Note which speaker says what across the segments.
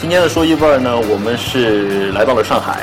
Speaker 1: 今天的说一半儿呢，我们是来到了上海，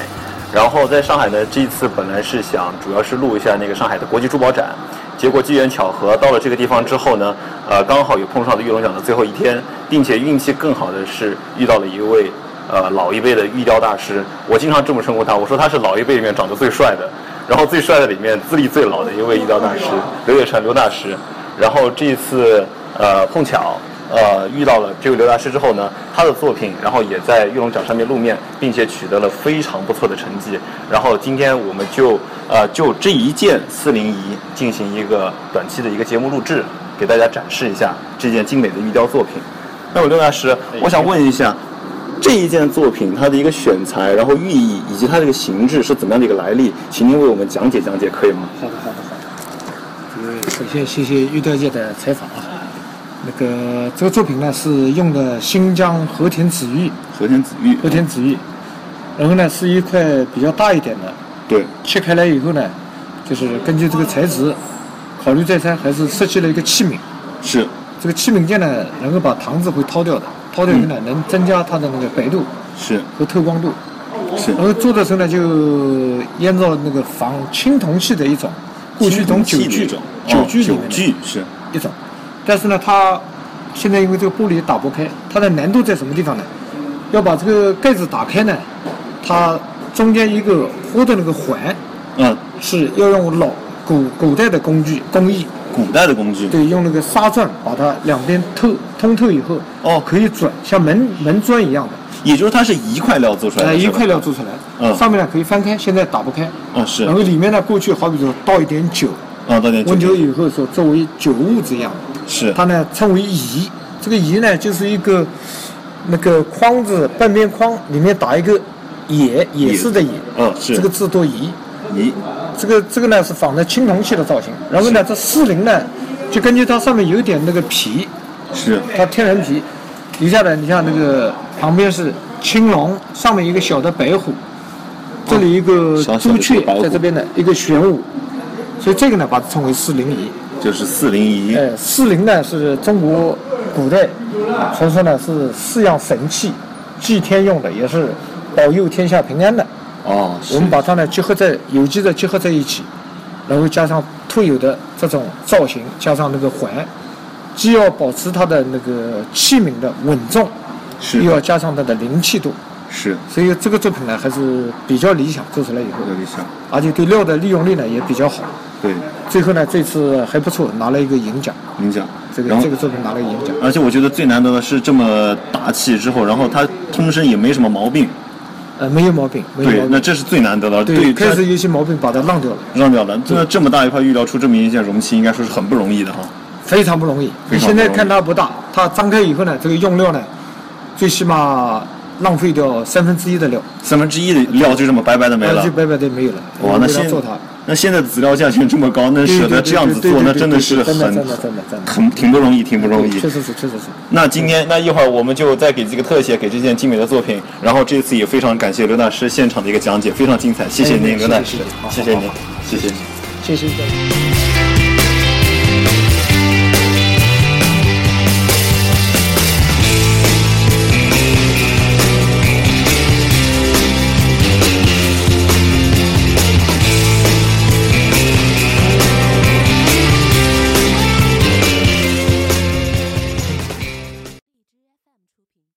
Speaker 1: 然后在上海呢，这一次本来是想主要是录一下那个上海的国际珠宝展，结果机缘巧合到了这个地方之后呢，呃，刚好也碰上了玉龙奖的最后一天，并且运气更好的是遇到了一位呃老一辈的玉雕大师，我经常这么称呼他，我说他是老一辈里面长得最帅的，然后最帅的里面资历最老的一位玉雕大师刘也成刘大师，然后这一次呃碰巧。呃，遇到了这位刘大师之后呢，他的作品，然后也在玉龙奖上面露面，并且取得了非常不错的成绩。然后今天我们就呃就这一件四零仪进行一个短期的一个节目录制，给大家展示一下这件精美的玉雕作品。那么刘大师，我想问一下，这一件作品它的一个选材，然后寓意以及它这个形制是怎么样的一个来历，请您为我们讲解讲解，可以吗？
Speaker 2: 好的，好的，好的。呃，首先谢谢玉雕界的采访啊。那个这个作品呢是用的新疆和田紫玉，
Speaker 1: 和田紫玉
Speaker 2: 和田紫玉，然后呢是一块比较大一点的，
Speaker 1: 对，
Speaker 2: 切开来以后呢，就是根据这个材质，考虑再三，还是设计了一个器皿。
Speaker 1: 是，
Speaker 2: 这个器皿件呢，能够把糖子会掏掉的，掏掉以后呢，能增加它的那个白度
Speaker 1: 是，
Speaker 2: 和透光度。
Speaker 1: 是
Speaker 2: 然，后做的时候呢，就腌到那个仿青铜器的一种，过去一种酒具，
Speaker 1: 哦
Speaker 2: 酒具里面的
Speaker 1: 是，
Speaker 2: 一种。但是呢，它现在因为这个玻璃打不开，它的难度在什么地方呢？要把这个盖子打开呢，它中间一个豁的那个环
Speaker 1: 嗯，
Speaker 2: 是要用老古古代的工具工艺，
Speaker 1: 古代的工具，
Speaker 2: 对，用那个砂钻把它两边透通透以后，
Speaker 1: 哦
Speaker 2: 可以转，像门门砖一样的，
Speaker 1: 也就是它是一块料做出来的，
Speaker 2: 呃，一
Speaker 1: 是吧
Speaker 2: 块料做出来，
Speaker 1: 嗯
Speaker 2: 上面呢可以翻开，现在打不开，
Speaker 1: 哦是，
Speaker 2: 然后里面呢过去好比说倒一点酒，
Speaker 1: 哦到点
Speaker 2: 温酒以后说作为酒物这样的，
Speaker 1: 是
Speaker 2: 它呢称为仪，这个仪呢就是一个那个框子半边框里面打一个野野是的野，
Speaker 1: 哦是
Speaker 2: 这个字读仪。
Speaker 1: 一
Speaker 2: 这个这个呢是仿的青铜器的造型，然后呢这四棱呢，就根据它上面有点那个皮，
Speaker 1: 是
Speaker 2: 它天然皮，底下呢你像那个旁边是青龙，上面一个小的白虎，这里一个
Speaker 1: 哦小小的
Speaker 2: 朱雀
Speaker 1: 白虎
Speaker 2: 在这边的一个玄武，所以这个呢把它称为四棱仪。
Speaker 1: 就是四零一
Speaker 2: 哎，四灵呢是中国古代传说呢是四样神器，祭天用的，也是保佑天下平安的。
Speaker 1: 哦是
Speaker 2: 我们把它呢结合在有机的结合在一起，然后加上特有的这种造型，加上那个环，既要保持它的那个器皿的稳重，
Speaker 1: 是
Speaker 2: 又要加上它的灵气度，
Speaker 1: 是
Speaker 2: 所以这个作品呢还是比较理想，做出来以后，
Speaker 1: 有点像
Speaker 2: 而且对料的利用率呢也比较好。
Speaker 1: 对
Speaker 2: 最后呢，这次还不错，拿了一个银奖。
Speaker 1: 你讲
Speaker 2: 这个
Speaker 1: 然后
Speaker 2: 这个作品拿了银奖。
Speaker 1: 而且我觉得最难得的是这么大气之后，然后它通身也没什么毛病，
Speaker 2: 呃，没有毛病，没有
Speaker 1: 对，
Speaker 2: 毛
Speaker 1: 那
Speaker 2: 病。
Speaker 1: 这是最难得的，
Speaker 2: 对，
Speaker 1: 于它
Speaker 2: 开始有些毛病把它浪掉了，
Speaker 1: 让掉了，真的这么大一块预料出这么一件容器，应该说是很不容易的哈。
Speaker 2: 非常不容易。
Speaker 1: 非常不容易
Speaker 2: 你现在看它不大，它张开以后呢，这个用料呢，最起码浪费掉三分之一的料，
Speaker 1: 三分之一的料就这么白白的没
Speaker 2: 然后
Speaker 1: 了
Speaker 2: 啊就，白白的没有了。
Speaker 1: 哇，
Speaker 2: 我
Speaker 1: 那
Speaker 2: 们为了
Speaker 1: 现
Speaker 2: 做它，
Speaker 1: 那现在的资料价钱这么高，能
Speaker 2: 对
Speaker 1: 舍得
Speaker 2: 对
Speaker 1: 这样子
Speaker 2: 对对
Speaker 1: 做，
Speaker 2: 对
Speaker 1: 那
Speaker 2: 对
Speaker 1: 真的是
Speaker 2: 对真的
Speaker 1: 很
Speaker 2: 真的真的真的
Speaker 1: 很挺不容易，挺不容易
Speaker 2: 对确。实是，确实是。
Speaker 1: 那今天那一会儿我们就再给几个特写，给这件精美的作品。然后这次也非常感谢刘大师现场的一个讲解，非常精彩，谢谢
Speaker 2: 哎
Speaker 1: 您，
Speaker 2: 没
Speaker 1: 刘
Speaker 2: 事
Speaker 1: 大
Speaker 2: 没
Speaker 1: 师
Speaker 2: 事好，好
Speaker 1: 谢谢您
Speaker 2: 好，
Speaker 1: 谢谢。
Speaker 2: 谢谢。